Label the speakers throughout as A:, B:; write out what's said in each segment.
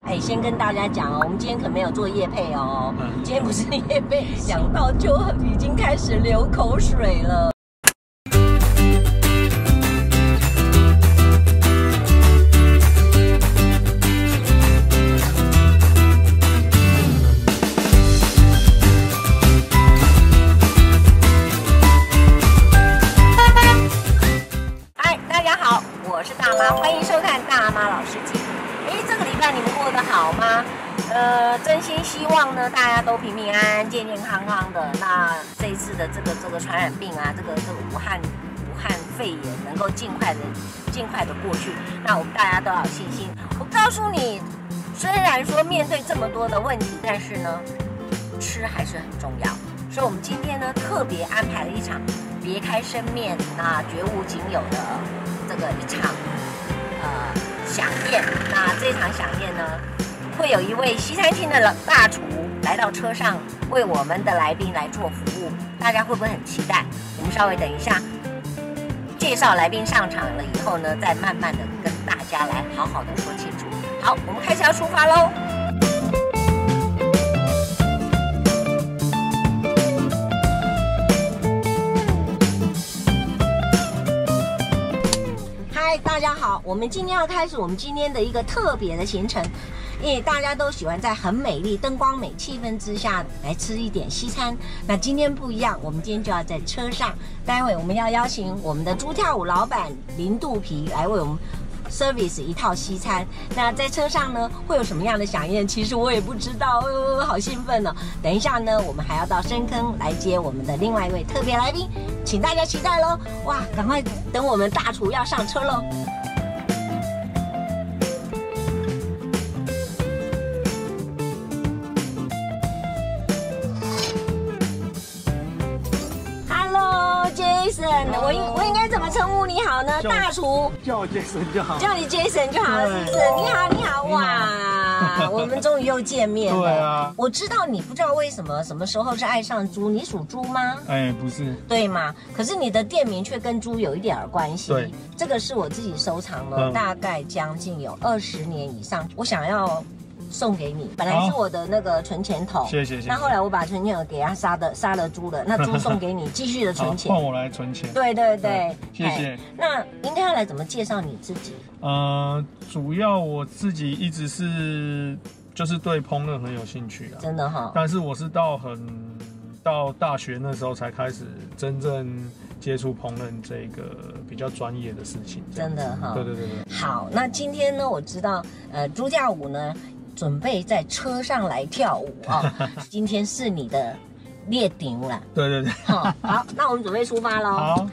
A: 哎，先跟大家讲哦，我们今天可没有做夜配哦，
B: 嗯
A: 今天不是夜配，讲到就已经开始流口水了。嗨，哎大家好，我是大妈，欢迎收看《大妈老司机》。哎，这个礼拜你们过得好吗？呃，真心希望呢，大家都平平安安、健健康康的。那这一次的这个这个传染病啊，这个这个武汉武汉肺炎能够尽快的尽快的过去，那我们大家都要有信心。我告诉你，虽然说面对这么多的问题，但是呢，吃还是很重要。所以我们今天呢，特别安排了一场别开生面那绝无仅有的这个一场呃飨宴。那这场飨宴呢，会有一位西餐厅的老大厨来到车上，为我们的来宾来做服务。大家会不会很期待？我们稍微等一下，介绍来宾上场了以后呢，再慢慢的跟大家来好好的说清楚。好，我们开始要出发喽。嗨，大家好，我们今天要开始我们今天的一个特别的行程，因为哎大家都喜欢在很美丽、灯光美、气氛之下来吃一点西餐。那今天不一样，我们今天就要在车上，待会我们要邀请我们的猪跳舞老板林肚皮来为我们。service 一套西餐，那在车上呢会有什么样的响应？其实我也不知道，呃、好兴奋哦！等一下呢，我们还要到深坑来接我们的另外一位特别来宾，请大家期待喽！哇，赶快等我们大厨要上车喽！Hello Jason，我应我应该怎么称呼你好呢？
B: 叫
A: 大厨。
B: 叫我 Jason 就好。
A: 叫你 Jason 就好了，是不是？
B: 对
A: 你好，你好，
B: 你好
A: 哇，我们终于又见面了。
B: 对啊
A: 我知道你不知道为什么什么时候是爱上猪，你属猪吗？
B: 哎，不是，
A: 对吗？可是你的店名却跟猪有一点儿关系。
B: 对，
A: 这个是我自己收藏了，
B: 嗯
A: 大概将近有二十年以上，我想要。送给你，本来
B: 好
A: 是我的那个存钱筒，
B: 谢谢谢谢
A: 那后来我把存钱筒给他杀的杀了猪了，那猪送 给你，继续的
B: 好
A: 存，钱
B: 换。我来存钱。
A: 对对对，
B: 谢谢
A: 哎。那应该要来怎么介绍你自己？
B: 呃，主要我自己一直是就是对烹饪很有兴趣啊，
A: 真的哈、
B: 但是我是到很到大学那时候才开始真正接触烹饪这个比较专业的事情。这样
A: 真的哈
B: 对对对对，
A: 好，那今天呢，我知道，呃，猪跳舞呢，准备在车上来跳舞 啊、今天是你的列顶了，
B: 对对对，
A: 哈、好，那我们准备出发喽。
B: 好，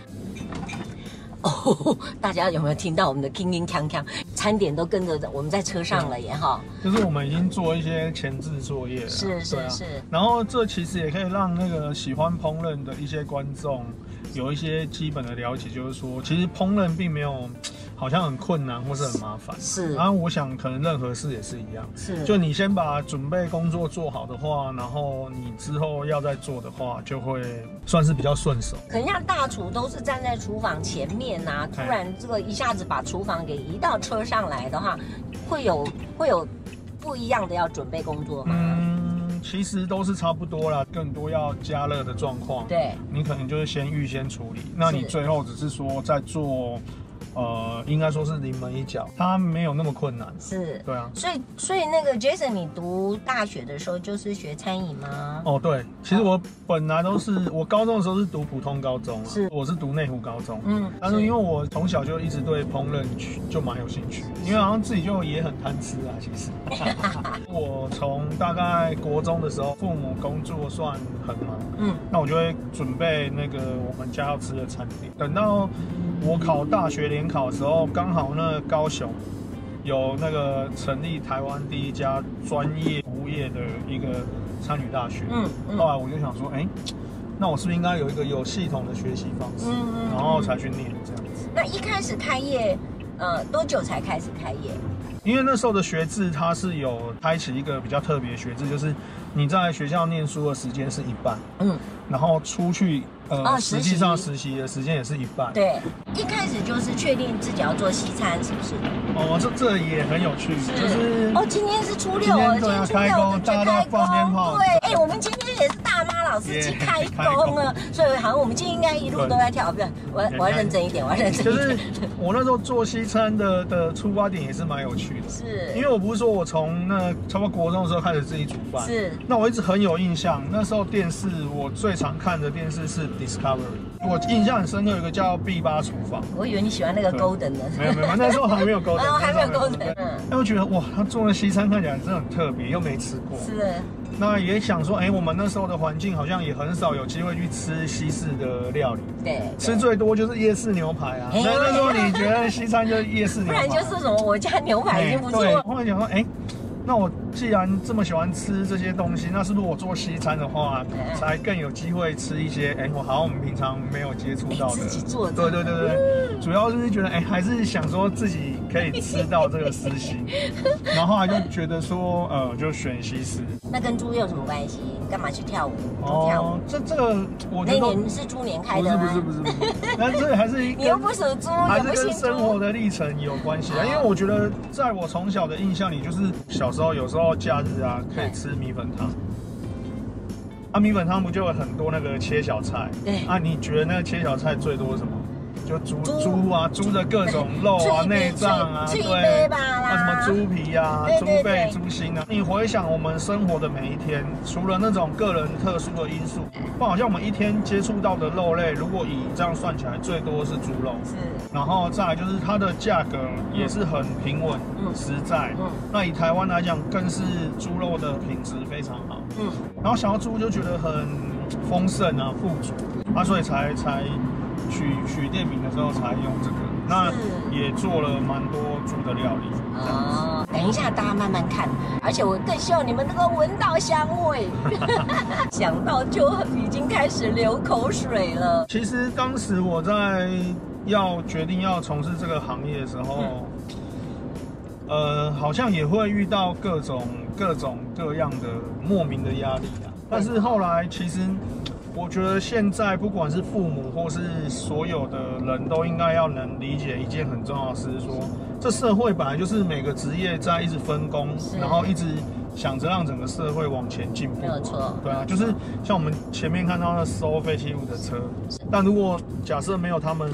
A: 哦， 大家有没有听到我们的叮叮锵锵？餐点都跟着我们在车上了耶，哈、
B: 就是我们已经做一些前置作业了。
A: 是
B: 对
A: 是
B: 啊
A: 是，
B: 然后这其实也可以让那个喜欢烹饪的一些观众有一些基本的了解，就是说，其实烹饪并没有好像很困难或是很麻烦。
A: 是
B: 然后我想，可能任何事也是一样，
A: 是，
B: 就你先把准备工作做好的话，然后你之后要再做的话，就会算是比较顺手。
A: 可能像大厨都是站在厨房前面呐、突
B: 哎
A: 然这个一下子把厨房给移到车上来的话，会有会有不一样的要准备工作吗？
B: 嗯，其实都是差不多啦，更多要加热的状况。
A: 对，
B: 你可能就是先预先处理，那你
A: 是
B: 最后只是说在做，呃，应该说是临门一脚，它没有那么困难。
A: 是。
B: 对啊，
A: 所以，所以那个 Jason，你读大学的时候就是学餐饮吗？
B: 哦对，其实我本来都是我高中的时候是读普通高中啊，
A: 是
B: 我是读内湖高中，
A: 嗯，
B: 但是因为我从小就一直对烹饪就蛮有兴趣，因为好像自己就也很贪吃啊。其实， 我从大概国中的时候，父母工作算很忙，
A: 嗯，
B: 那我就会准备那个我们家要吃的餐点。等到我考大学联考的时候，刚好那个高雄有那个成立台湾第一家专业服务业的一个餐旅大学，
A: 嗯嗯
B: 后来我就想说，哎、那我是不是应该有一个有系统的学习方式，
A: 嗯嗯
B: 然后才去念这样子？
A: 那一开始开业，呃，多久才开始开业？
B: 因因为那时候的学制它是有开启一个比较特别的学制，就是你在学校念书的时间是一半，
A: 嗯，
B: 然后出去呃、
A: 哦实
B: 实
A: 习
B: 际上实习的时间也是一半。
A: 对，一开始就是确定自己要做西餐，是不是？
B: 哦，这这也很有趣，就是
A: 哦，今天是初
B: 嗯今
A: 六哦，今
B: 天对
A: 天初六
B: 啊
A: 我们就
B: 开工大家
A: 开
B: 都放鞭
A: 工。
B: 炮
A: 对，哎，我们今天也是大妈老司机
B: Yeah，
A: 开
B: 开
A: 工了，所以好像我们今天应该一路
B: 对
A: 都在跳，不是？我要
B: 也
A: 我要
B: 开
A: 认真一点，我要认真
B: 就
A: 一
B: 是
A: 点。
B: 我那时候做西餐的的出发点也是蛮有趣 的，
A: 是，
B: 因为我不是说我从那差不多国中的时候开始自己煮饭，
A: 是
B: 那我一直很有印象，那时候电视我最常看的电视是 Discovery，我印象很深刻有一个叫 B 八厨房，
A: 我以为你喜欢那个
B: 对
A: golden 呢。
B: 没有没有，那时候还 没有 Golden，
A: 哦还没有
B: 那时候
A: Golden，嗯
B: 那我觉得哇，他做的西餐看起来真的很特别，又没吃过，
A: 是，
B: 那也想说，哎、我们那时候的环境好像也很少有机会去吃西式的料理。
A: 对，
B: 吃最多就是夜市牛排啊，
A: 哎
B: 所以那时候你觉得西餐就是夜市
A: 不
B: 牛排，
A: 然就是什么我家牛排已经不
B: 哎
A: 错
B: 对，
A: 了。
B: 后来想说，哎、那我既然这么喜欢吃这些东西，那是不是我做西餐的话，
A: 嗯
B: 才更有机会吃一些，哎、我好像我们平常没有接触到的。
A: 哎自己做的
B: 对对对对，主要就是觉得，哎、还是想说自己可以吃到这个私 心，然后后来就觉得说，呃，就选西式。
A: 那跟猪有什么关系？你干嘛去跳舞？都跳舞。，
B: 这这个哦我
A: 那
B: 觉得
A: 年是猪年开
B: 不是
A: 的
B: 不
A: 吗
B: 是？不是不是，但是还是 一
A: 你又不属猪，
B: 还
A: 也
B: 是
A: 不
B: 跟
A: 姓
B: 生活
A: 猪。
B: 的历程有关
A: 哦
B: 系啊，因为我觉得在我从小的印象里，就是小时候有时候假日啊，可以吃米粉汤。啊，米粉汤不就有很多那个切小菜？
A: 对
B: 啊，你觉得那个切小菜最多什么？就猪
A: 猪
B: 猪啊，猪的各种肉啊、
A: 脆皮
B: 内脏啊，
A: 脆
B: 对，
A: 脆背吧啦
B: 啊什么猪皮啊
A: 对、
B: 猪
A: 对
B: 背
A: 对、
B: 猪心啊。你回想我们生活的每一天，除了那种个人特殊的因素，不然好像我们一天接触到的肉类，如果以这样算起来，最多是猪肉。
A: 是，
B: 然后再来就是它的价格也是很平稳、
A: 嗯
B: 实在。
A: 嗯
B: 那以台湾来讲，更是猪肉的品质非常好。
A: 嗯，
B: 然后想要猪就觉得很丰盛啊、富足啊，所以才才取取店名的时候才用这个。那
A: 是
B: 也做了蛮多猪的料理。这样子
A: 哦，等一下大家慢慢看，而且我更希望你们能够闻到香味， 想到就已经开始流口水了。
B: 其实当时我在要决定要从事这个行业的时
A: 嗯
B: 候，呃，好像也会遇到各种各种各样的莫名的压力
A: 嗯
B: 啊。但是后来，其实我觉得现在不管是父母或是所有的人都应该要能理解一件很重要的事，是说这社会本来就是每个职业在一直分工
A: 是，
B: 然后一直想着让整个社会往前进步
A: 没。有错，
B: 对啊，就是像我们前面看到那收废弃物的车，但如果假设没有他们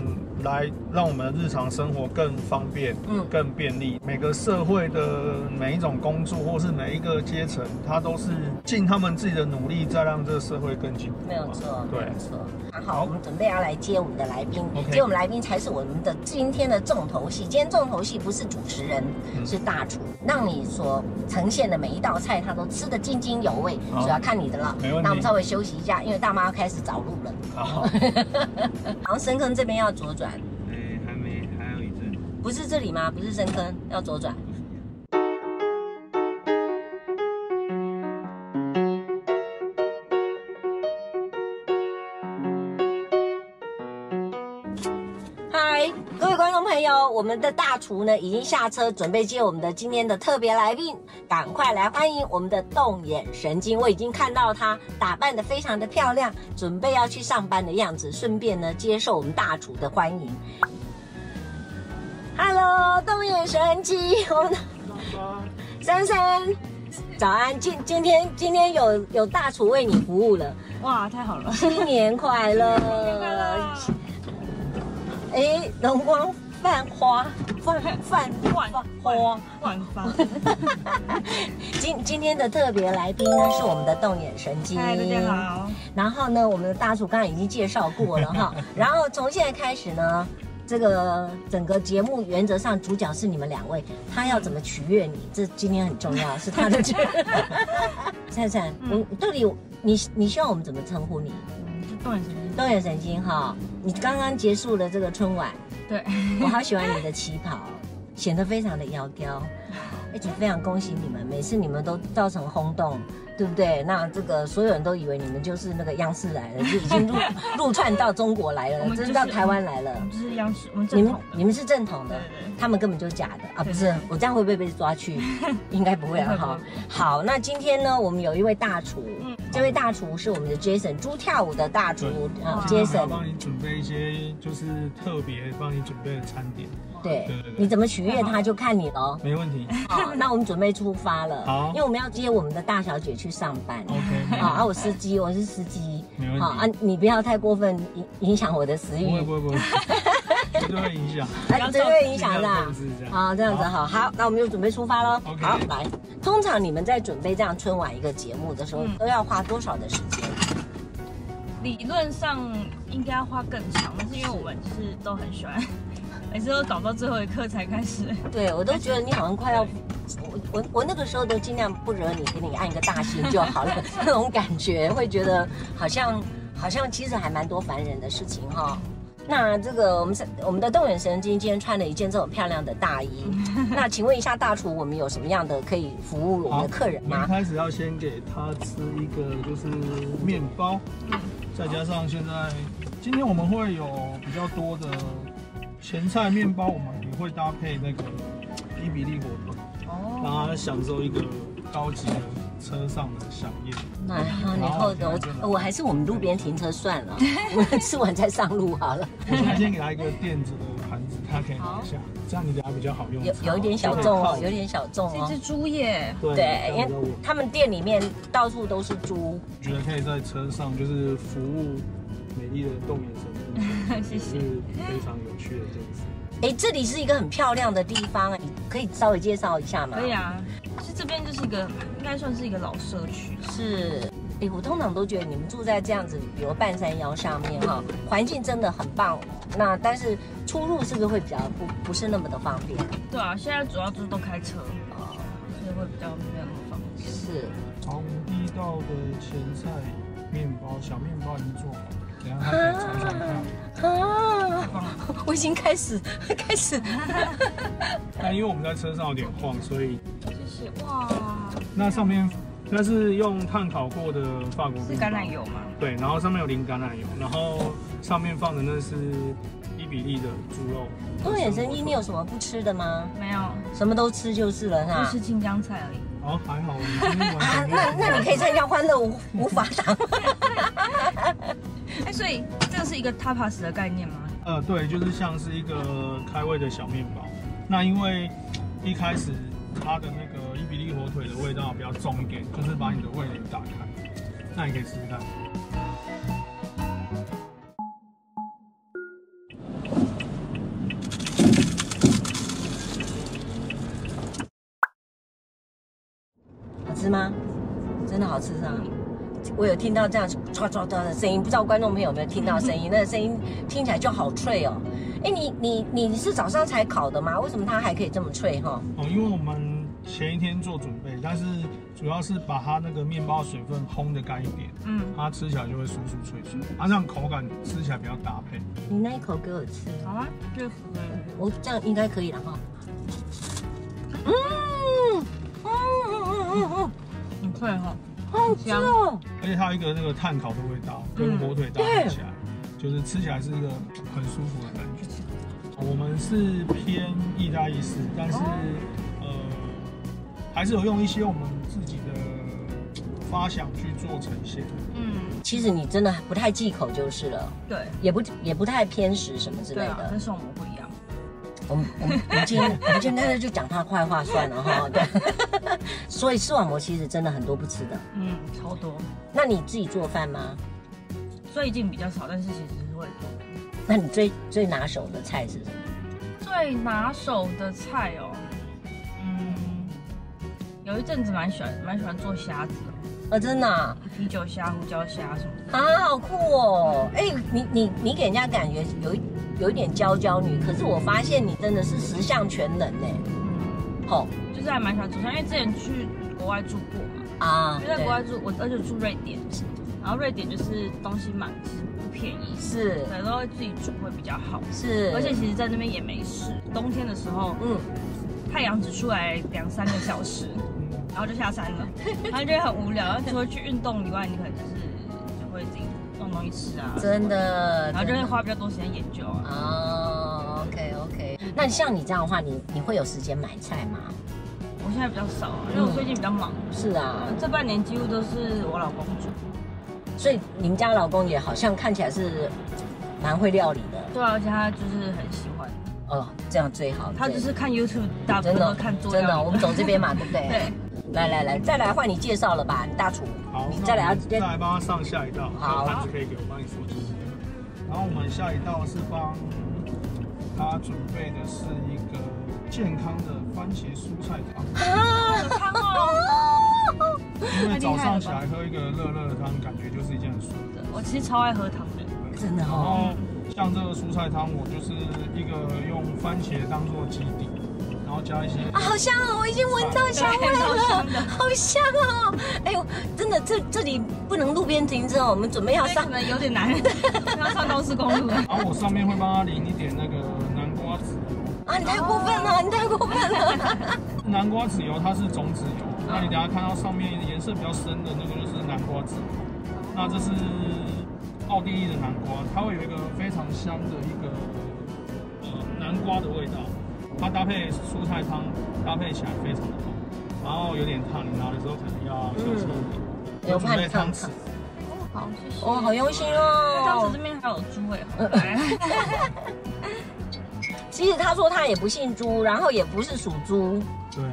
B: 来，让我们的日常生活更方便，
A: 嗯
B: 更便利。每个社会的每一种工作，或是每一个阶层，他都是尽他们自己的努力，在让这个社会更进步嘛。
A: 没有错，没
B: 对
A: 有，错。那好，我们准备要来接我们的来宾
B: OK
A: 接我们来宾才是我们的今天的重头戏。今天重头戏不是主持人，
B: 嗯
A: 是大厨，让你所呈现的每一道菜，他都吃得津津有味，
B: 好
A: 所以要看你的了。
B: 没问题
A: 那我们稍微休息一下，因为大妈要开始找路了。
B: 好，
A: 好像深坑这边要左转，
C: 哎，还没，还有一阵。
A: 不是这里吗？不是深坑，要左转。嗨，各位观众朋友，我们的大厨呢已经下车，准备接我们的今天的特别来宾，赶快来欢迎我们的动眼神经。我已经看到她打扮的非常的漂亮，准备要去上班的样子，顺便呢接受我们大厨的欢迎。Hello，动眼神经，我们的珊珊，早安。今今天今天有有大厨为你服务了，
D: 哇，太好了！
A: 新年快乐！哎，容光泛花，泛泛
D: 万
A: 泛花。
D: 万发！
A: 今今天的特别来宾呢，是我们的动眼神经。
D: 嗨，大家。好。
A: 然后呢，我们的大厨刚刚已经介绍过了哈。然后从现在开始呢，这个整个节目原则上主角是你们两位，他要怎么取悦你，这今天很重要，是他的角。灿灿，我到底你你希望我们怎么称呼你？
D: 嗯，就动眼神经。
A: 动眼神经哈，你刚刚结束了这个春晚，
D: 对，
A: 我好喜欢你的旗袍，显得非常的窈窕。而且哎非常恭喜你们，每次你们都造成轰动，对不对？那这个所有人都以为你们就是那个央视来了，就已经入入串到中国来
D: 我
A: 了，
D: 们
A: 真
D: 就是
A: 的到台湾来了
D: 我。们就是央视，我们
A: 你
D: 正
A: 们
D: 统的。
A: 你们是正统的
D: 对，对
A: 他们根本就是假的啊！不
D: 对
A: 是，我这样会不会被抓去？应该不会啊
D: 不会
A: 哈
D: 不会。
A: 好，那今天呢，我们有一位大厨，
D: 嗯
A: 这位大厨是我们的 Jason 猪跳舞的大厨啊
D: 哇
B: 今天要
A: ，Jason。
B: 帮你准备一些就是特别帮你准备的餐点，
A: 对
B: 对对，对
A: 你怎么取悦
D: 嗯
A: 他就看你喽。
B: 没问 题。
A: 好，那我们准备出发了，
B: 好
A: 因为我们要接我们的大小姐去上班。
B: OK，没
A: 好啊，
B: 问
A: 我司机，我是司机。
B: 题没问
A: 好啊
B: 题，，
A: 你不要太过分影影响我的食
B: 不会
A: 欲
B: 不，会不会，绝对会影响，
A: 啊，这会影响的啊。
B: 控制这样。
A: 好，这样子好，好，那我们就准备出发喽。
B: OK
A: 好，来，通常你们在准备这样春晚一个节目的时候，
D: 嗯
A: 都要花多少的时间？
D: 理论上应该要花更长，但是因为我们就是都很喜欢， 每次都搞到最后一刻才开始。
A: 对我都觉得你好像快要，我我我那个时候都尽量不惹你，给你按一个大星就好了，那种感觉会觉得好像好像其实还蛮多烦人的事情哈、那这个我们是我们的动眼神经今天穿了一件这种漂亮的大衣，那请问一下大厨，我们有什么样的可以服务我们的客人
B: 我们
A: 吗？
B: 开始要先给他吃一个就是面包，再加上现在今天我们会有比较多的前菜面包，我们也会搭配那个伊比利火腿，
A: 哦，
B: 让他享受一个高级的车上的飨宴。
A: 那以哎后的我我还是我们路边停车算了，我们吃完再上路好了。
B: 我现在先给他一个垫子的盘子，他可以拿一下，这样你等下比较好用。
A: 有有一点小众哦，有
B: 点
A: 点小众
D: 这
A: 哦
D: 只。猪耶，
B: 对，
A: 对，
B: 这
A: 因
B: 样比较
A: 为
B: 稳
A: 他们店里面到处都是猪，
B: 觉得可以在车上就是服务美丽的动眼 神
D: 谢谢
B: 也是非常有趣的这件事。
A: 哎，这里是一个很漂亮的地方，你可以稍微介绍一下吗？
D: 可以啊。其实这边就是一个，应该算是一个老社区。
A: 是，哎，我通常都觉得你们住在这样子，比如半山腰上面哈，环境真的很棒。那但是出入是不是会比较不不是那么的方便？
D: 对啊，现在主要就是都开车，
A: 哦，
D: 所以会比较没有那么方便。
A: 是，
B: 好，我们第一道的前菜面包小面包已经做好了，等一下他可以尝尝看。
A: 啊， 我已经开始 开始，
B: 但因为我们在车上有点晃，所以
D: 谢谢哇，
B: 那上面那是用炭烤过的法国
D: 是
B: 面包
D: 橄榄，油吗？
B: 对，然后上面有淋橄榄油，然后上面放的那是伊比利的猪 肉。
A: 东眼神经，你有什么不吃的吗？
D: 没有，
A: 什么都吃就是了
D: 就
A: 哈。
D: 是清江菜而已。
B: 哦，还好，我们今天
A: 啊
B: 完全，没有
A: 那那你可以参加欢乐无无法党。
D: 哎，所以这个是一个 tapas 的概念吗？
B: 呃，对，就是像是一个开胃的小面包。那因为一开始它的那个伊比利火腿的味道比较重一点，就是把你的味蕾打开。那你可以试试看。
A: 好吃吗？真的好吃啊！我有听到这样唰唰唰的声音，不知道观众朋友有没有听到 声音？那个声音听起来就好脆哦。哎，你你你是早上才烤的吗？为什么它还可以这么脆哈、
B: 哦，因为我们前一天做准备，但是主要是把它那个面包水分烘的干一点，
D: 嗯，
B: 它吃起来就会酥酥脆脆，它这样口感吃起来比较搭配。
A: 你那一口给我吃，
D: 好啊，热敷的。
A: 我这样应该可以了哈、嗯嗯嗯嗯嗯
D: 很脆哈，
A: 嗯，好吃哦！
B: 而且它有一个那个炭烤的味道，跟火腿搭
A: 嗯
B: 配起来，就是吃起来是一个很舒服的感觉。我们是偏意大利式，但是、
A: 哦
B: 呃，还是有用一些我们自己的发想去做呈现。
D: 嗯，
A: 其实你真的不太忌口就是了，
D: 对，
A: 也不也不太偏食什么之类
D: 对
A: 的。
D: 啊，但是我们不一样，
A: 我们我们我们今天我们今天干脆就讲他坏话算了哈。对， 所以视网膜其实真的很多不吃的。
D: 嗯，超多，
A: 那你自己做饭吗？
D: 最近比较少，但是其实是会做。
A: 那你最最拿手的菜是什么？
D: 最拿手的菜哦，嗯，有一阵子蛮喜欢蛮喜欢做虾子的，
A: 哦，真的啊，
D: 啤酒虾、胡椒虾什么的。
A: 啊好酷哦！哎、你你你给人家感觉有一有一点娇娇女，可是我发现你真的是十项全能呢。
D: 嗯，
A: 哦
D: 就是还蛮喜欢煮菜，因为之前去国外住过嘛，
A: 啊，
D: 就在国
A: 对
D: 外住，我而且住瑞典，然后瑞典就是东西蛮其实不便宜，
A: 是
D: 对，都会自己煮会比较好。
A: 是，
D: 而且其实，在那边也没事。冬天的时候，
A: 嗯，
D: 太阳只出来两三个小时，然后就下山 了，然后就会很无聊。除了去运动以外，你可能就是就会自己弄东西吃啊，
A: 真的，
D: 然后就
A: 真
D: 会
A: 的
D: 花比较多时间研究啊。
A: 哦，OK OK。那像你这样的话，你你会有时间买菜吗？
D: 我现在比较少
A: 嗯
D: 啊，因为我最近比较忙，
A: 是啊，
D: 这半年几乎都是我老公煮。
A: 所以你们家老公也好像看起来是蛮会料理的
D: 对啊，而且他就是很喜欢，
A: 哦，这样最好。
D: 他
A: 对
D: 就是看 YouTube 大部
A: 真
D: 分都
A: 的哦
D: 看做料
A: 真
D: 理
A: 的，我们走这边嘛，对不对？
D: 对。
A: 来来来，再来换你介绍了吧，你大厨。
B: 好，
A: 你
B: 那
A: 再来
B: 我
A: 要
B: 们
A: 直接
B: 再来帮他上下一道，
A: 好
B: 盘子可以给我帮你收进去。然后我们下一道是帮他准备的是一个健康的番茄蔬菜汤，
D: 啊，好烫哦！
B: 因为早上起
D: 太厉害
B: 来喝一个热热的汤，感觉就是一件很舒服的事。
D: 我其实超爱喝汤的，
A: 真的
B: 然
A: 哦，
B: 后像这个蔬菜汤，我就是一个用番茄当做基底，然后加一些
A: 啊，好香哦，我已经闻到香味
D: 对超香
A: 了
D: 的，
A: 好香哦！哎呦，真的，这这里不能路边停车哦，我们准备要
D: 但
A: 上
D: 可。能有点难，要上高速公路了。
B: 然后我上面会帮他淋一点那个南瓜籽油，
A: 啊，你太过分
D: 哦
A: 了，你太过分了。
B: 南瓜籽油它是种子油，那你等下看到上面颜色比较深的那个就是南瓜籽油，那这是奥地利的南瓜，它会有一个非常香的一个呃南瓜的味道，它搭配蔬菜汤搭配起来非常的好，然后有点烫，你拿的时候可能要小心一点。
A: 有
B: 准备
A: 怕烫
B: 嗯汤匙
A: 死，
D: 好，谢 谢。
A: 哦，好用心
D: 当
A: 哦
D: 时这。边还有猪哎，
A: 呃
D: 好可爱
A: 其实他说他也不姓猪，然后也不是属猪，
B: 对，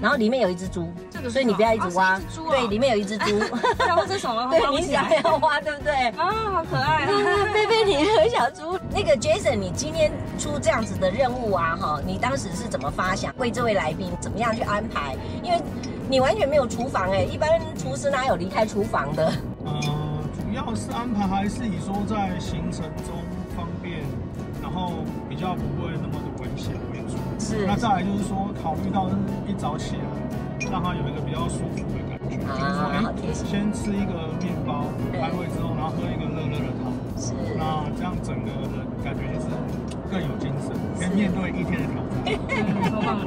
A: 然后里面有一只猪
D: 这个，是
A: 所以你不要一直挖。
D: 哦是一只猪哦
A: 对，里面有一只猪。
D: 然 后这什 么啊
A: 对
D: 放不
A: 你
D: 起
A: 想
D: 来
A: 要挖，对不对？
D: 啊，好可爱啊！
A: 贝贝，你和小猪，那个 Jason，你今天出这样子的任务啊，哈，你当时是怎么发想？为这位来宾怎么样去安排？因为你完全没有厨房哎、一般厨师哪有离开厨房 的？
B: 呃，主要是安排还是以说在行程中方便，然后比较不会那么的危险为主。
A: 是
B: 那再来就是说，考虑到一早起来，让他有一个比较舒服的感觉，
A: 啊
B: 就是说，哎、
A: 好贴心
B: 先吃一个面包，
A: 对
B: 开胃之后，然后喝一个热热的汤，
A: 是
B: 那这样整个人感觉就是更有精神，可以面对一天的挑战。
D: 嗯超棒的，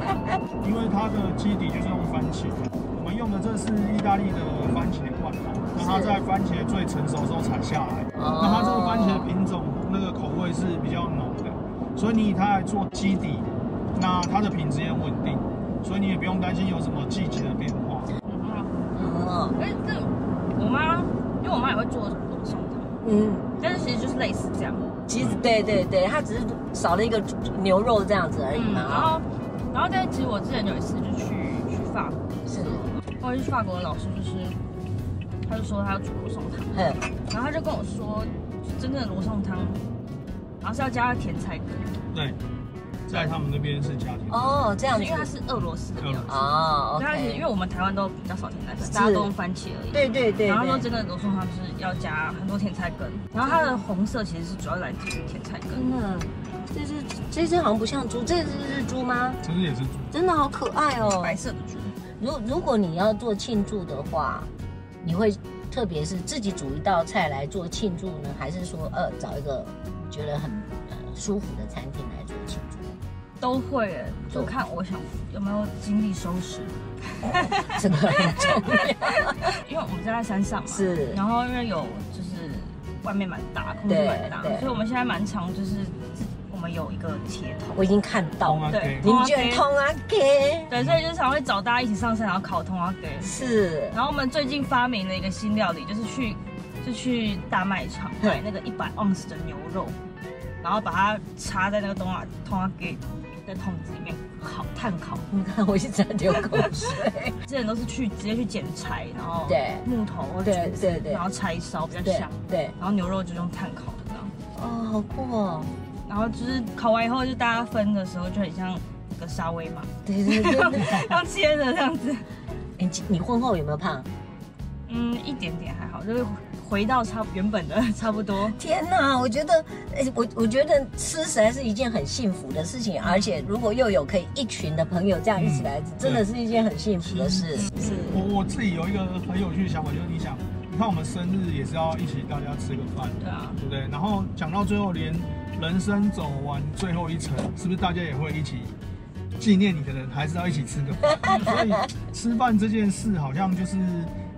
B: 因为它的基底就是用番茄，我们用的这是意大利的番茄罐头，那它在番茄最成熟的时候采下来，
A: 哦
B: 那它这个番茄品种那个口味是比较浓的，所以你以它来做基底，那它的品质也很稳定，所以你也不用担心有什么季节的变化。
A: 哦，
D: 哎，这我妈，因为我妈也会做罗宋汤，
A: 嗯，
D: 但是其实就是类似这样，
A: 其实对对对，他只是少了一个牛肉这样子而已
D: 嗯，
A: 嘛
D: 然
A: 啊、
D: 后然后但是其实我之前有一次就去去法国，
A: 是，
D: 我去法国的老师就是，他就说他要煮罗宋汤。
A: 嗯，
D: 然后他就跟我说，真正的罗宋汤，然后是要加甜菜根，
B: 对，在他们那边是家庭。
A: 哦，这样
D: 因为它
A: 子，
D: 是俄罗斯的料理。
A: 哦
D: 所以它其实因
A: ，OK，
D: 为我们台湾都比较少甜菜根，大家都用番茄而已。
A: 对对对
D: 然后他说
A: 对，
D: 真正的罗宋汤就是要加很多甜菜根，然后它的红色其实是主要来自于甜菜根。
A: 真的，这只这只好像不像猪，这只是猪吗？
B: 其实也是猪，
A: 真的好可爱哦，
D: 白色的猪，
A: 如如果你要做庆祝的话，你会特别是自己煮一道菜来做庆祝呢，还是说呃找一个觉得很呃舒服的餐厅来做庆祝？
D: 都会耶，
A: 哦
D: 就看我想有没有精力收拾。
A: 这个很重 要。
D: 因为我们家在山上嘛，
A: 是
D: 然后因为有就是外面蛮大，空间蛮大，
A: 对对
D: 所以我们现在蛮常就是自己我们有一个铁桶，
A: 我已经看到
B: 通啊
A: 了，
D: 对
B: 对，
A: 你们居然通啊给
D: 对，所以就是常会找大家一起上山，然后烤通啊给。
A: 是
D: 然后我们最近发明了一个新料理，就是去就去大卖场
A: 嗯
D: 买那个一百盎司的牛肉，然后把它插在那个东啊通啊给的桶子里面烤炭烤。
A: 你看 我一直在流口 水，
D: 之前都是去直接去捡柴，然后
A: 对
D: 木头或者
A: 对
D: 竹子
A: 对对
D: 然后柴烧比较
A: 对
D: 香，
A: 对，
D: 然后牛肉就用炭烤的这样。
A: 哦，好酷哦，
D: 然后就是烤完以后，就大家分的时候就很像那个沙威玛，
A: 对对对对，
D: 要切的这样子。
A: 哎你你婚后有没有胖？
D: 嗯，一点点还好，就是回到差原本的差不多。
A: 天哪，我觉得，哎、我我觉得吃实在是一件很幸福的事情，而且如果又有可以一群的朋友这样一起来，真的是一件很幸福的事。嗯是，
B: 我我自己有一个很有趣的想法，就是你想，你看我们生日也是要一起大家吃个饭，
D: 对啊，
B: 对不对？然后讲到最后，连人生走完最后一程，是不是大家也会一起纪念你的人，还是要一起吃个饭。所以吃饭这件事，好像就是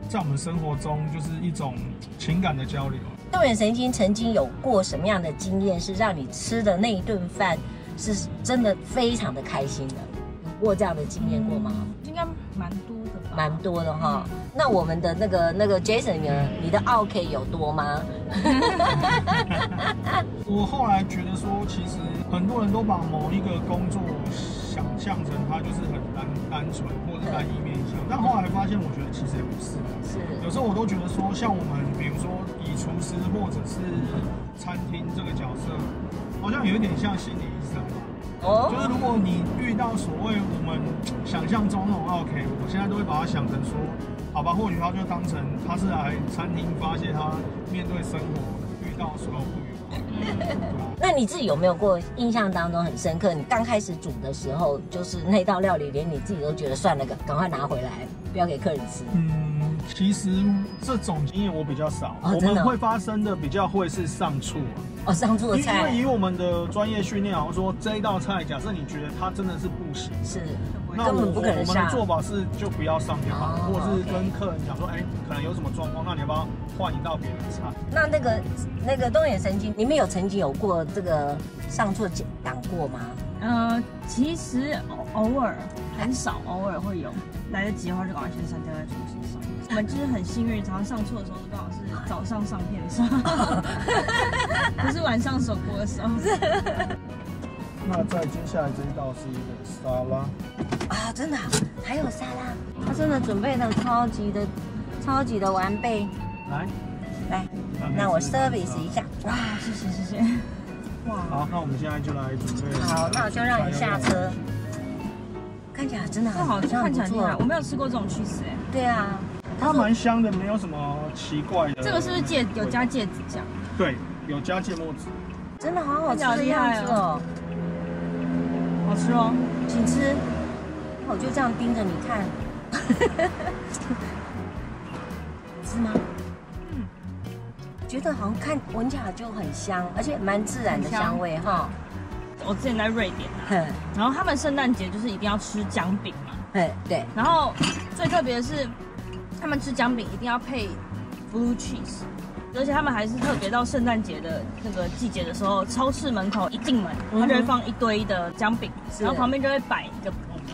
B: 在我们生活中就是一种情感的交流。
A: 动眼神经曾经有过什么样的经验，是让你吃的那一顿饭是真的非常的开心的？有过这样的经验过吗？
D: 嗯应该蛮多的吧？
A: 蛮多的哈。那我们的那个那个 Jason，你的你的 OK 有多吗？
B: 我后来觉得说，其实很多人都把某一个工作想象成它就是很单单纯或者单一面向，但后来发现，我觉得其实也不是。
A: 是
B: 有时候我都觉得说，像我们比如说以厨师或者是餐厅这个角色，好像有一点像心理医生吧。
A: 哦
B: 就是如果你遇到所谓我们想象中那种 OK，我现在都会把它想成说，好吧，或许他就当成他是来餐厅发泄他面对生活遇到所有不愉快。
A: 那你自己有没有过印象当中很深刻？你刚开始煮的时候，就是那道料理，连你自己都觉得算了，赶赶快拿回来，不要给客人吃。
B: 嗯，其实这种经验我比较少，
A: 哦
B: 我
A: 真的
B: 们
A: 哦
B: 会发生的比较会是上醋、啊。
A: 哦，上桌的
B: 因因为
A: 菜
B: 以我们的专业训练，好像说这一道菜，假设你觉得它真的是不行，
A: 是
B: 那我
A: 根本不可能
B: 我们
A: 上
B: 的做法是就不要上就好，
A: 哦
B: 或者是
A: OK
B: 跟客人讲说，哎、可能有什么状况，那你要不要换一道别的菜？
A: 那那个那个东眼神经，你们有曾经有过这个上错档过吗？
D: 呃，其实偶偶尔很少，偶尔会有来得及的话就赶快去上交在厨师上。我们就是很幸运，常常上错的时候都刚好是早上上片上， 不是晚上手锅的时候。
B: 那在接下来这一道是一个沙拉，
A: 啊，真的啊、还有沙拉，他真的准备的超级的超级的完备。
B: 来，
A: 来，
B: 让你
A: 那我
B: 吃看
A: service 一下。
D: 哇，谢谢谢谢，哇，
B: 好，那我们现在就来准备。
A: 好，那我就让你下车。看起来真的
D: 这
A: 很
D: 好
A: 像
D: 看起
A: 不
D: 来很厉
A: 错
D: 害，我没有吃过这种 cheese 哎、
A: 对啊，
B: 它蛮香的，没有什么奇怪的。
D: 这个是不是芥有加？芥子酱？
B: 对，有加芥末汁。
A: 真的好好吃
D: 看
A: 的
D: 起来好厉
A: 样
D: 害啊
A: 子哦，
D: 好吃哦，
A: 请吃。那我就这样盯着你看， 是吗？觉得好像看闻起来就很香，而且蛮自然的
D: 很香
A: 香味哈。
D: 我之前在瑞典啊，
A: 哼，
D: 然后他们圣诞节就是一定要吃姜饼嘛，
A: 嘿，对，
D: 然后最特别的是，他们吃姜饼一定要配 blue cheese，而且他们还是特别到圣诞节的那个季节的时候，超市门口一进门，
A: 嗯哼
D: 他就会放一堆的姜饼，
A: 是
D: 然后旁边就会摆一个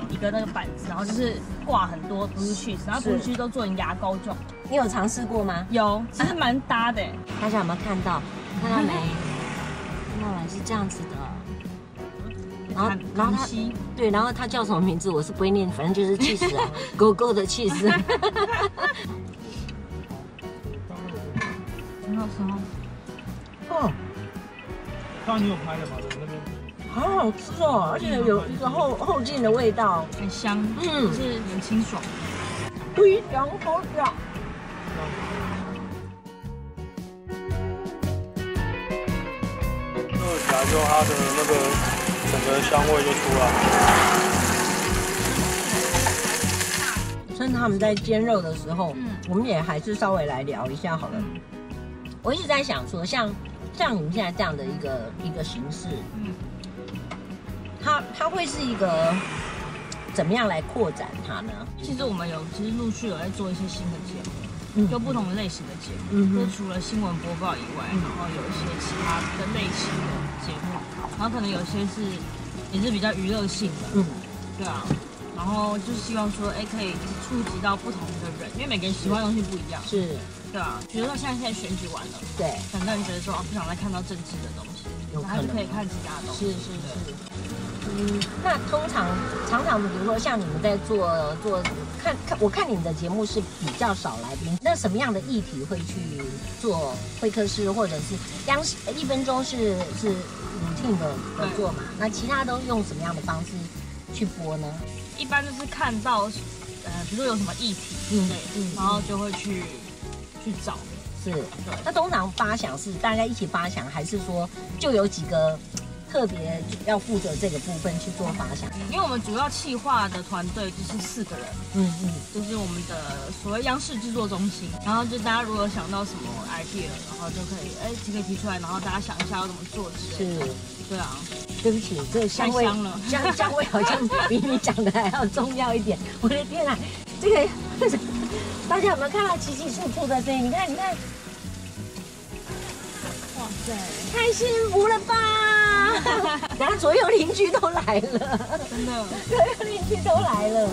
D: 一个那个板子，然后就是挂很多 blue cheese，然后
A: 是
D: blue cheese 都做成牙膏状，
A: 你有尝试过吗？
D: 有，其实蛮搭的欸。
A: 大家有没有看到？看到没？看到没？是这样子的。然后
D: 很
A: 然后它
D: 很稀
A: 对，然后它叫什么名字我是不会念，反正就是气死 啊，狗狗的气死。
D: 很好吃哦，
A: 哦，
B: 那你有拍的吗？我那边
A: 好好吃哦，而且有一个后后劲的味道。
D: 很香，
A: 嗯
D: 就是很清爽。
A: 非常好吃。
B: 热起来之后，它的那个整个香味就出来了。
A: 趁他们在煎肉的时候，
D: 嗯
A: 我们也还是稍微来聊一下好了。我一直在想说，像像你们现在这样的一个一个形式，
D: 嗯
A: 它它会是一个怎么样来扩展它呢？
D: 其实我们有，其实陆续有在做一些新的节目，
A: 嗯
D: 就不同的类型的节目，
A: 嗯哼嗯
D: 就是除了新闻播报以外，然后有一些其他的类型的节目，然后可能有些是也是比较娱乐性的，
A: 嗯，
D: 对啊，然后就是希望说，哎，可以触及到不同的人，因为每个人喜欢的东西不一样，
A: 是，
D: 对啊，比如说像现在选举完了，
A: 对，
D: 很多人觉得说，哦，不想再看到政治的东西，
A: 有
D: 然后就
A: 可能啊
D: 可以看其他的东西，
A: 是是是。嗯，那通常常常，比如说像你们在做做看看，我看你们的节目是比较少来宾，那什么样的议题会去做会客室，或者是央视呃一分钟是是 routine 的的做嘛？那其他都用什么样的方式去播呢？
D: 一般就是看到，呃，比如说有什么议题之类的，
A: 嗯嗯
D: 然后就会去去找。
A: 是，那通常发想是大家一起发想，还是说就有几个特别要负责这个部分去做发想。
D: 因为我们主要企划的团队就是四个人，
A: 嗯嗯，
D: 就是我们的所谓央视制作中心，然后就大家如果想到什么 idea，然后就可以哎就可以提出来，然后大家想一下要怎么做之类的。
A: 是。
D: 对啊，
A: 对不起，这香味
D: 太香了
A: 香香味好像比你讲的还要重要一点。我的天啊，这个 大家有没有看到奇奇树铺的这？你看，你看，
D: 哇塞，
A: 太幸福了 吧！然后左右邻居都来了，
D: 真的。
A: 左右邻居都来了。
D: 哦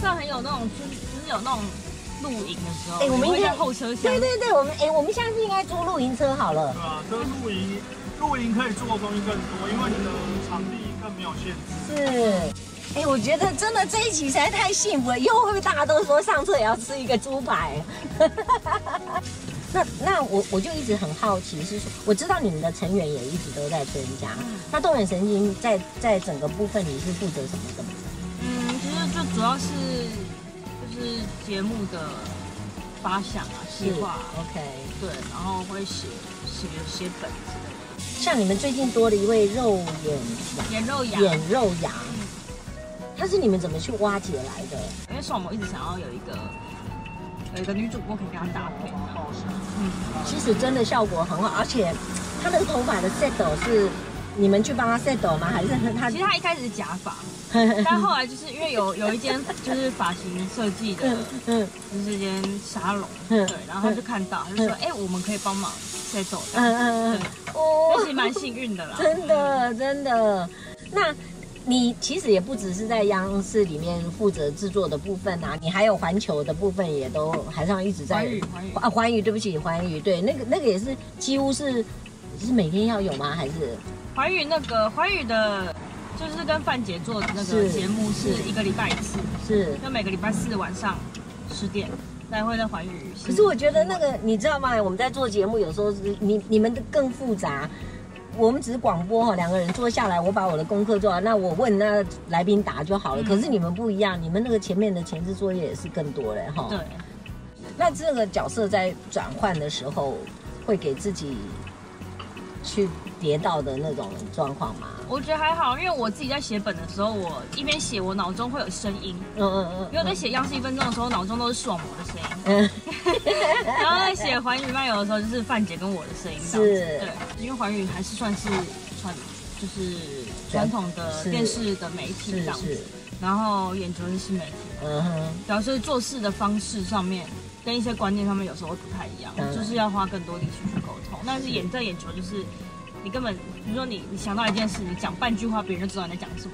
D: 这很有那种就是就是有那种露营的时候，
A: 哎我们
D: 你会
A: 应该
D: 在后车厢
A: 对，对对，我们哎，我们下次应该租露营车好了
B: 对。啊，这露营露营可以做的东西更多，因为你的场地更没有限制。
A: 是，哎、我觉得真的这一集实在太幸福了，以后会不会大家都说上次也要吃一个猪排？ 那那我我就一直很好奇，是说我知道你们的成员也一直都在增加，
D: 嗯
A: 那动眼神经在在整个部分你是负责什么的吗？
D: 嗯，其实就主要是就是节目的发想啊、计划啊、
A: OK。
D: 对，然后会写写写本之类
A: 像你们最近多了一位肉眼
D: 的，眼肉啊牙，
A: 牙，眼肉牙，他是你们怎么去挖掘来的？
D: 因为宋某一直想要有一个有一个女主播可以跟他搭配，
A: 嗯其实真的效果很好，而且他那个头发的 set 是你们去帮他 set 吗？还是他
D: 其实他一开始是假 发，但后来就是因为有有一间 就是发型设计的
A: 嗯，嗯
D: 就是一间沙龙，
A: 嗯
D: 对，然后他就看到，他就说，哎，我们可以帮忙再走
A: 嗯
D: 的，
A: 嗯嗯
D: 对，
A: 哦
D: 那其实蛮幸运的啦，
A: 真的真的。那你其实也不只是在央视里面负责制作的部分啊，你还有环球的部分也都还上一直在
D: 环宇环宇
A: 啊环宇，对不起环宇，对那个那个也是几乎是是每天要有吗？还是
D: 华语那个华语的，就是跟范姐做的那个
A: 是
D: 节目是一个礼拜一次，
A: 是？
D: 就每个礼拜四晚上十点，大家会在环宇。
A: 可是我觉得那个，你知道吗？我们在做节目，有时候是你你们的更复杂。我们只是广播哈，两个人坐下来，我把我的功课做完，那我问那来宾答就
D: 嗯
A: 好了。可是你们不一样，你们那个前面的前置作业也是更多嘞哈。
D: 对，
A: 那这个角色在转换的时候，会给自己去跌到的那种状况吗？
D: 我觉得还好，因为我自己在写本的时候，我一边写，我脑中会有声音，
A: 嗯嗯嗯。
D: 因为我在写央视一分钟的时候，脑中都是视网膜的声 音，
A: 嗯，
D: 然后在写环宇漫游的时候，就是范姐跟我的声音这样
A: 是
D: 子。对，因为环宇还是算是传，就是传统的
A: 是
D: 电视的媒体
A: 是
D: 这样
A: 是
D: 子，，然后眼球是新媒体。
A: 嗯哼，
D: 表示做事的方式上面跟一些观念上面有时候会不太一样
A: 当，然
D: 就是要花更多力气去沟通。但是眼在眼球就是你根本，比如说你你想到一件事，你讲半句话，别人就知道你在讲什么，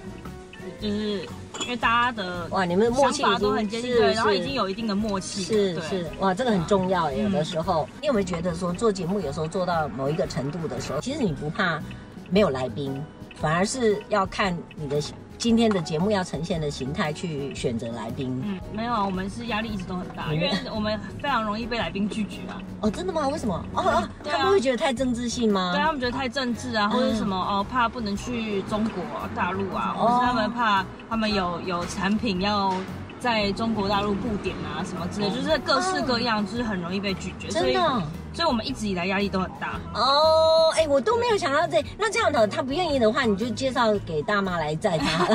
D: 就是因为大家的
A: 哇，你们的默
D: 想
A: 契已
D: 法
A: 经
D: 都很接近，
A: 是
D: 对，然后已
A: 是
D: 经有一定的默契
A: 是
D: 了，对
A: 是，，哇，这个很重要耶。有的
D: 嗯
A: 时候，你有没有觉得说做节目有时候做到某一个程度的时候，其实你不怕没有来宾，反而是要看你的今天的节目要呈现的形态去选择来宾。
D: 嗯，没有啊，我们是压力一直都很大，
A: 你
D: 因
A: 们
D: 为我们非常容易被来宾拒绝啊，
A: 哦，真的吗？为什么？哦哦，
D: 对啊
A: 他们会觉得太政治性吗？
D: 对他们觉得太政治
A: 嗯
D: 啊，或者是什么哦，怕不能去中国大陆啊，或者
A: 哦
D: 是他们怕他们有有产品要在中国大陆布点啊什么之类，就是各式各样，就是很容易被拒绝。所
A: 哦真
D: 以
A: 的，哦
D: 所以我们一直以来压力都很大。
A: 哦，哎，我都没有想到这。那这样的，他不愿意的话，你就介绍给大妈来载他。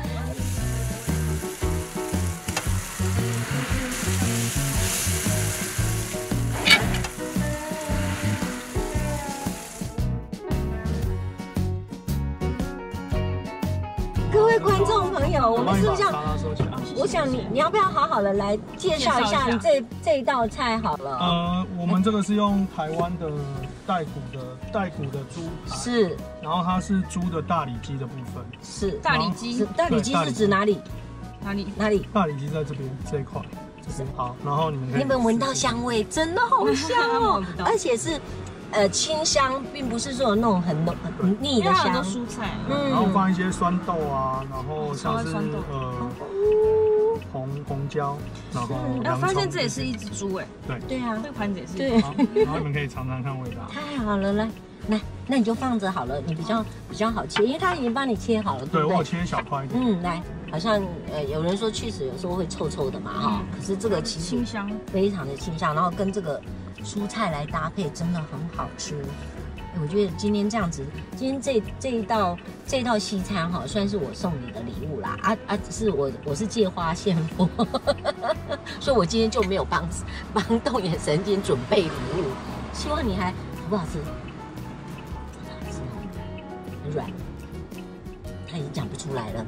A: 各位观众朋友，我们
B: 帮你
A: 是不
B: 把
A: 是要
B: 沙拉收起来。
A: 我想你，你要不要好好的来介绍一下哦
D: 介绍一下
A: 你这这一道菜好了？
B: 呃，我们这个是用台湾的带骨的带骨的猪排，
A: 是
B: 然后它是猪的大里脊的部分，
A: 是，
D: 大理
A: 嗯是
D: 鸡
A: 大理鸡
B: 对大
A: 是
B: 理鸡
A: 指哪里？
D: 哪里？
A: 哪里？
B: 大里脊在这边这一块，这边好，然后你们可以
A: 你有没有闻到香 味？真的好香哦
D: 闻不，到
A: 而且是呃清香，并不是说有那种很浓很腻
D: 因为
A: 的
D: 它啊有很多
A: 香。
D: 蔬菜，
A: 嗯
B: 然后放一些酸豆啊，然后像是
D: 超爱酸豆
B: 呃红红椒，然后
A: 是
D: 然
B: 洋葱
D: 后发现这也是一只猪哎，
A: 对啊
D: 这，个盘子也是。
A: 对，。
B: 好然后你们可以尝尝看味道
A: 太好了，来来，那你就放着好了，你比较比较好切，因为它已经帮你切好了，
B: 对
A: 对不
B: 我有
A: 对？
B: 切小块一点，
A: 嗯，来，好像呃有人说去死有时候会臭臭的嘛哈、可是这个其实
D: 嗯清香，
A: 非常的清香，然后跟这个蔬菜来搭配，真的很好吃。哎我觉得今天这样子，今天这这一道这一道西餐哈、算是我送你的礼物啦。啊啊，只是我我是借花献佛， 所以我今天就没有帮帮动眼神经准备礼物。希望你还好不好吃？好吃哦，很软，他已经讲不出来了。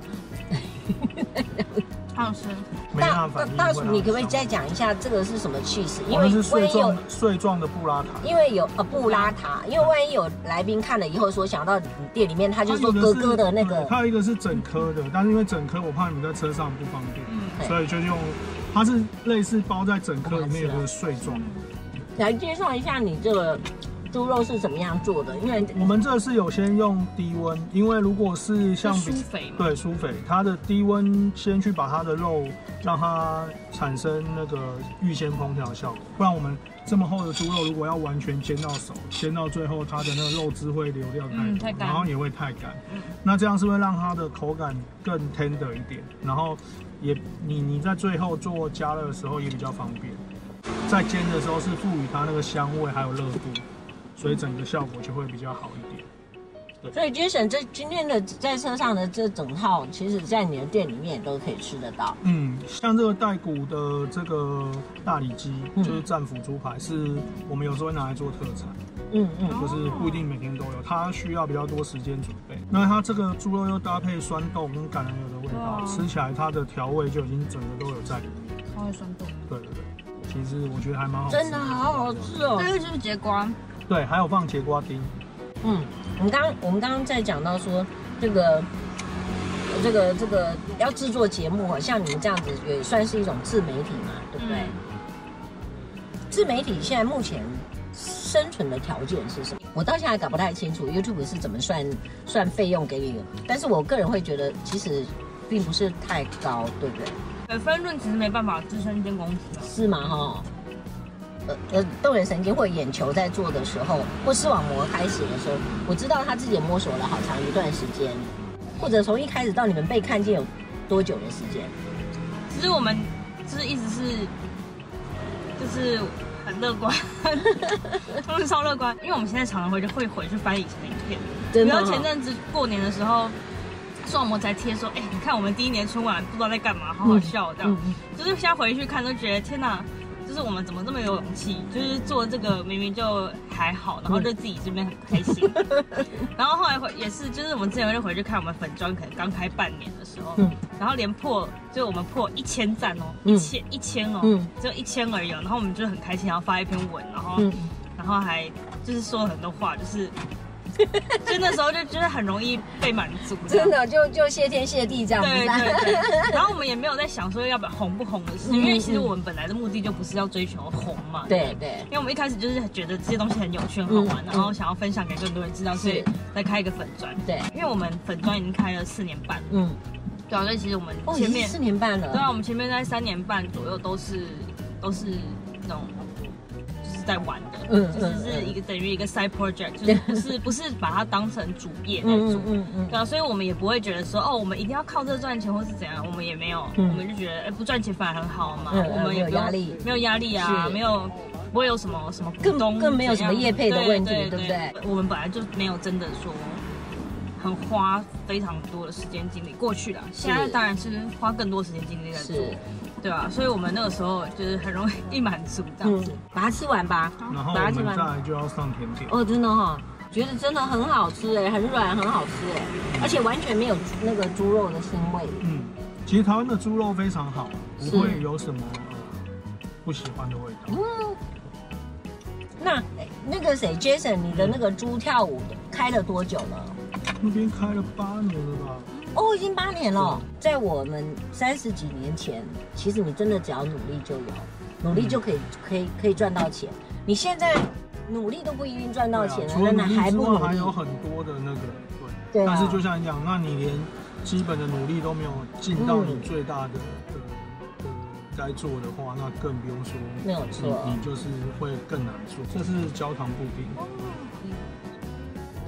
D: 还有生
B: 没
A: 嗯大
B: 办法。
A: 大大叔，你可不可以再讲一下这个是什么趣事？因
B: 我们
A: 为
B: 是
A: 我
B: 碎
A: 也有
B: 状碎状的布拉塔，
A: 因为有呃布拉塔，因为万一有来宾看了以后说想到你店里面，他就说
B: 哦它有
A: 哥
B: 是
A: 哥的那个
B: 对它有一个是整颗的，但是因为整颗我怕你们在车上不方便，
D: 嗯，
A: 对
B: 所以就用它是类似包在整颗里面有个碎状。
A: 来介绍一下你这个猪肉是怎么样做的？因为
B: 我们这是有先用低温，因为如果是像
D: 像
B: 比
D: 苏肥嘛，
B: 对苏菲，它的低温先去把它的肉让它产生那个预先烹调效果，不然我们这么厚的猪肉如果要完全煎到熟，煎到最后它的那个肉汁会流掉太多，
D: 嗯太干
B: 然后也会太干。
D: 嗯
B: 那这样是会让它的口感更 tender 一点，然后也你你在最后做加热的时候也比较方便，在煎的时候是赋予它那个香味还有热度，所以整个效果就会比较好一点。
A: 所以 Jason 这今天的在车上的这整套，其实在你的店里面也都可以吃得到。
B: 嗯，像这个带骨的这个大里脊，
A: 嗯
B: 就是战斧猪排，是我们有时候会拿来做特产，
A: 嗯嗯，
B: 就是不一定每天都有，它需要比较多时间准备。那它这个猪肉又搭配酸豆跟橄榄油的味道，
D: 哇
B: 吃起来它的调味就已经整个都有在里面。
D: 超爱酸豆，
B: 对对对，其实我觉得还蛮好吃，
A: 真的好好吃哦。
D: 这个就是节瓜，
B: 对，还有放节瓜丁，
A: 嗯，我们刚刚我们刚刚在讲到说这个。这个这个要制作节目，像你们这样子也算是一种自媒体嘛，对不对？自媒体现在目前生存的条件是什么？我到现在搞不太清楚 YouTube 是怎么算算费用给你的，但是我个人会觉得其实并不是太高，对不对？
D: 对，分论其实没办法支撑一间公司啊，
A: 是吗？哈，呃呃，动眼神经或眼球在做的时候，或视网膜开始的时候，我知道他自己也摸索了好长一段时间，或者从一开始到你们被看见有多久的时间？
D: 其实我们就是一直是就是很乐观， 他们超乐观，因为我们现在常常会就会回去翻以前的影片，
A: 真的
D: 然
A: 哦
D: 后前阵子过年的时候。双模才贴说，哎、你看我们第一年春晚不知道在干嘛，好好笑这样。
A: 嗯嗯
D: 就是现在回去看都觉得天哪，就是我们怎么这么有勇气，就是做这个明明就还好，然后就自己这边很 开心。然后后来回也是，就是我们之前就回去看我们粉砖，可能刚开半年的时候，
A: 嗯
D: 然后连破就是我们破一千赞哦，
A: 嗯
D: 一千一千哦，
A: 嗯
D: 只有一千而已、哦。然后我们就很开心，然后发一篇文，然后、
A: 嗯，
D: 然后还就是说了很多话，就是就那时候就觉得很容易被满足，这 样
A: 真的就就谢天谢地这样子。
D: 对 对对，然后我们也没有在想说要不要红不红的事，
A: 嗯
D: 因为其实我们本来的目的就不是要追求红嘛。
A: 对对
D: 因为我们一开始就是觉得这些东西很有趣、很好玩，
A: 嗯
D: 然后想要分享给更多人知道，所以再开一个粉砖。
A: 对，
D: 因为我们粉砖已经开了四年半了，
A: 嗯，
D: 对啊，所以其实我们
A: 哦，已
D: 前
A: 经
D: 面
A: 四年半
D: 对啊，
A: 了。
D: 我们前面在三年半左右都是都是那种就是在玩的，
A: 嗯
D: 就是是一个等于一个 side project，就是不是不是把它当成主业来做
A: 嗯，嗯嗯
D: 对啊，所以我们也不会觉得说哦，我们一定要靠这赚钱或是怎样，我们也没有，
A: 嗯
D: 我们就觉得哎，不赚钱反而很好嘛，
A: 嗯嗯
D: 我们也
A: 没有
D: 不用
A: 压力
D: 没有压力啊，
A: 是
D: 没有不会有什么什么股
A: 更
D: 东
A: 更没有什么
D: 怎样
A: 业配的问题
D: 对
A: 对不对？
D: 我们本来就没有真的说很花非常多的时间精力过去了，现在当然是花更多时间精力
A: 嗯，
D: 在做，
A: 是，
D: 对啊，所以我们那个时候就是很容易一满足这样
A: 嗯
D: 子。，
A: 把它吃完吧。
B: 然后
A: 把它
B: 我
A: 吃
B: 们
A: 完
B: 再。来就要上甜点。
A: 哦，真的哈、觉得真的很好吃哎，很软，很好吃哎，而且完全没有那个猪肉的腥味。
B: 嗯，其实台湾的猪肉非常好，
A: 是
B: 不会有什么呃不喜欢的味道。
A: 那哎那个谁，Jason，你的那个猪跳舞的开了多久了？
B: 那边开了八年了吧？
A: 哦，已经八年
B: 嗯
A: 了。在我们三十几年前，其实你真的只要努力就有，努力
B: 嗯
A: 就可以可以可以赚到钱。你现在努力都不一定赚到钱
B: 对啊
A: 了，
B: 除了
A: 那
B: 努
A: 你
B: 力
A: 还
B: 之
A: 不
B: 外，
A: 努
B: 还有
A: 力？
B: 很多的那个对。
A: 对啊
B: 但是就像你讲，那你连基本的努力都没有尽到你最大的呃呃该做的话，那更不用说
A: 没有错
B: 你你就是会更难做。这是焦糖布丁，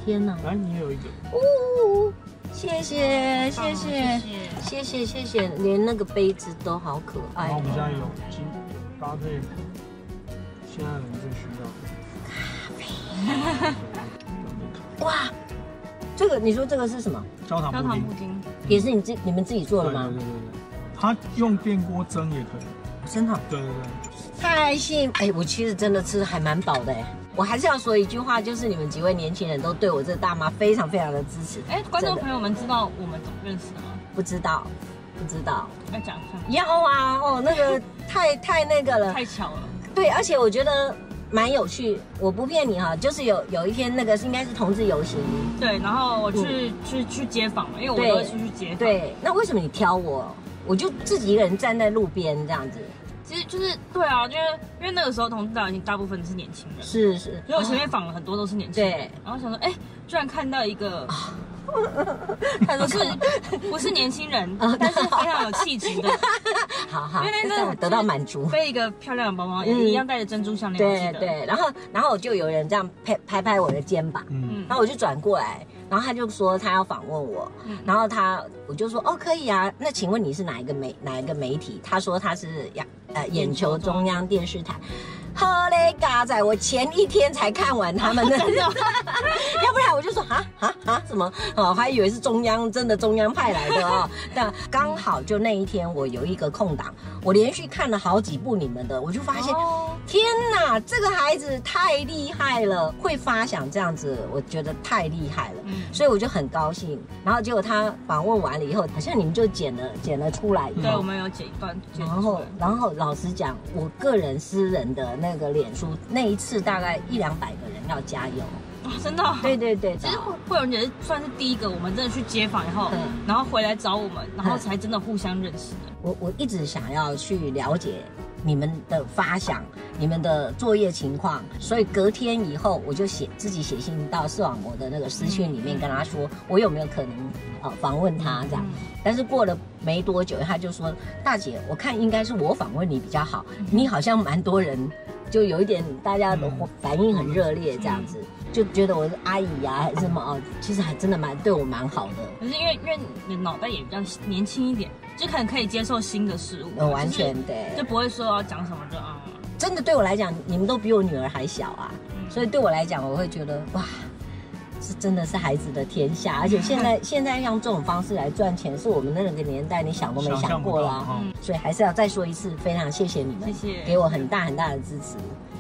A: 天哪！
B: 来，你也有一个，
A: 呜，谢
B: 啊
A: 谢谢谢
D: 谢谢。
A: 谢谢谢谢，连那个杯子都好可
B: 然
A: 爱
B: 后我们现
A: 哦。
B: 在有金搭配，现在人最需要的咖
A: 哇，这个你说这个是什么？
B: 啡，焦糖
D: 焦
B: 布
D: 糖
B: 丁
D: 布，丁，
A: 也是你自你们自己做
B: 对
A: 的
B: 对
A: 吗
B: 对对？对，它用电锅蒸也可以，
A: 真的哦
B: 对对对，
A: 太幸哎，我其实真的吃还蛮饱的哎。我还是要说一句话，就是你们几位年轻人都对我这大妈非常非常的支持。
D: 哎、观众
A: 真的
D: 朋友们知道我们怎么认识的吗？
A: 不知道，不知道，
D: 要讲一下，
A: 要啊哦，那 个太太那个了，
D: 太巧了，
A: 对，而且我觉得蛮有趣，我不骗你哈，就是有有一天那个是应该是同志游行，
D: 对。然后我去、去去街访嘛，因为我
A: 嗯对
D: 都会出去街访，，
A: 对，那为什么你挑我？我就自己一个人站在路边这样子，
D: 其实就是对啊，就是因为那个时候同志岛已经大部分是年轻人，
A: 是是，
D: 所以我前面访了很多都是年轻人
A: 对，
D: 然后想说，哎、居然看到一 个
A: 他
D: 不
A: 说
D: 是
A: 是，
D: 不是年轻 人
A: 哦，
D: 但是非常有气质 的，
A: 啊好好，
D: 因为
A: 这
D: 那
A: 样
D: 个
A: 得到满足。
D: 背一个漂亮的包包，
A: 嗯
D: 也一样戴着珍珠项链，我记
A: 对
D: 得，
A: 对，然后然后我就有人这样拍拍拍我的肩膀，
B: 嗯，
D: 嗯
A: 然，后我就转过来，然后他就说他要访问我，
D: 嗯
A: 然后他我就说哦可以啊，那请问你是哪一个媒哪一个媒体？他说他是呀呃眼球中央电视台。好嘞，嘎仔，我前一天才看完他 们的，要不然我就说啊啊啊什么哦，还以为是中央真的中央派来的 哦。但刚好就那一天我有一个空档，我连续看了好几部你们的，我就发现
D: 哦
A: 天呐，这个孩子太厉害了，会发想这样子，我觉得太厉害了，
D: 嗯，
A: 所以我就很高兴。然后结果他访问完了以后，好像你们就剪了剪了出来以
D: 对，我
A: 后。
D: 们有剪一段，剪
A: 然
D: 出来
A: 后，然后老实讲，我个人私人的那个脸书那一次大概一两百个人要加油。
D: 哦真的哦，
A: 对对对，
D: 其实慧慧荣姐算是第一个，我们真的去街访以后
A: 嗯，
D: 然后回来找我们，然后
A: 嗯
D: 才真的互相认识的。
A: 我我一直想要去了解你们的发想、你们的作业情况，所以隔天以后我就写自己写信到视网膜的那个私讯里面跟他说，我有没有可能呃访问他这样。
D: 嗯
A: 但是过了没多久，他就说：“大姐，我看应该是我访问你比较好，你好像蛮多人，就有一点大家的
B: 嗯
A: 反应很热烈这样子，就觉得我是阿姨呀、还是什么哦，其实还真的蛮对我蛮好的。”
D: 可是因为因为你的脑袋也比较年轻一点，就可能可以接受新的事物，啊
A: 呃，完全
D: 就是
A: 对，
D: 就不会说要讲什么就啊，
A: 真的对我来讲，你们都比我女儿还小啊，
D: 嗯
A: 所以对我来讲，我会觉得哇，是真的是孩子的天下。而且现在
D: 嗯
A: 现在用这种方式来赚钱，是我们那个年代你想都没想过啦、
B: 想象不到
D: 嗯
A: 所以还是要再说一次，非常谢谢你们，
D: 谢谢
A: 给我很大很大的支持，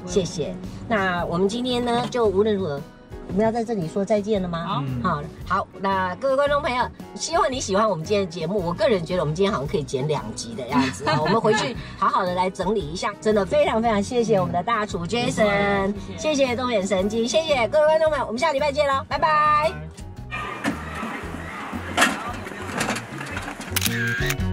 A: 谢谢。那我们今天呢，就无论如何，我们要在这里说再见了吗？
D: 好
B: 嗯
A: 好好，那各位观众朋友，希望你喜欢我们今天的节目。我个人觉得我们今天好像可以剪两集的样子啊，我们回 去好好的来整理一下。真的非常非常谢嗯谢我们的大厨 Jason，谢
D: 谢
A: 谢东远神经，谢谢各位观众朋友，我们下礼拜见喽，拜拜。
B: 拜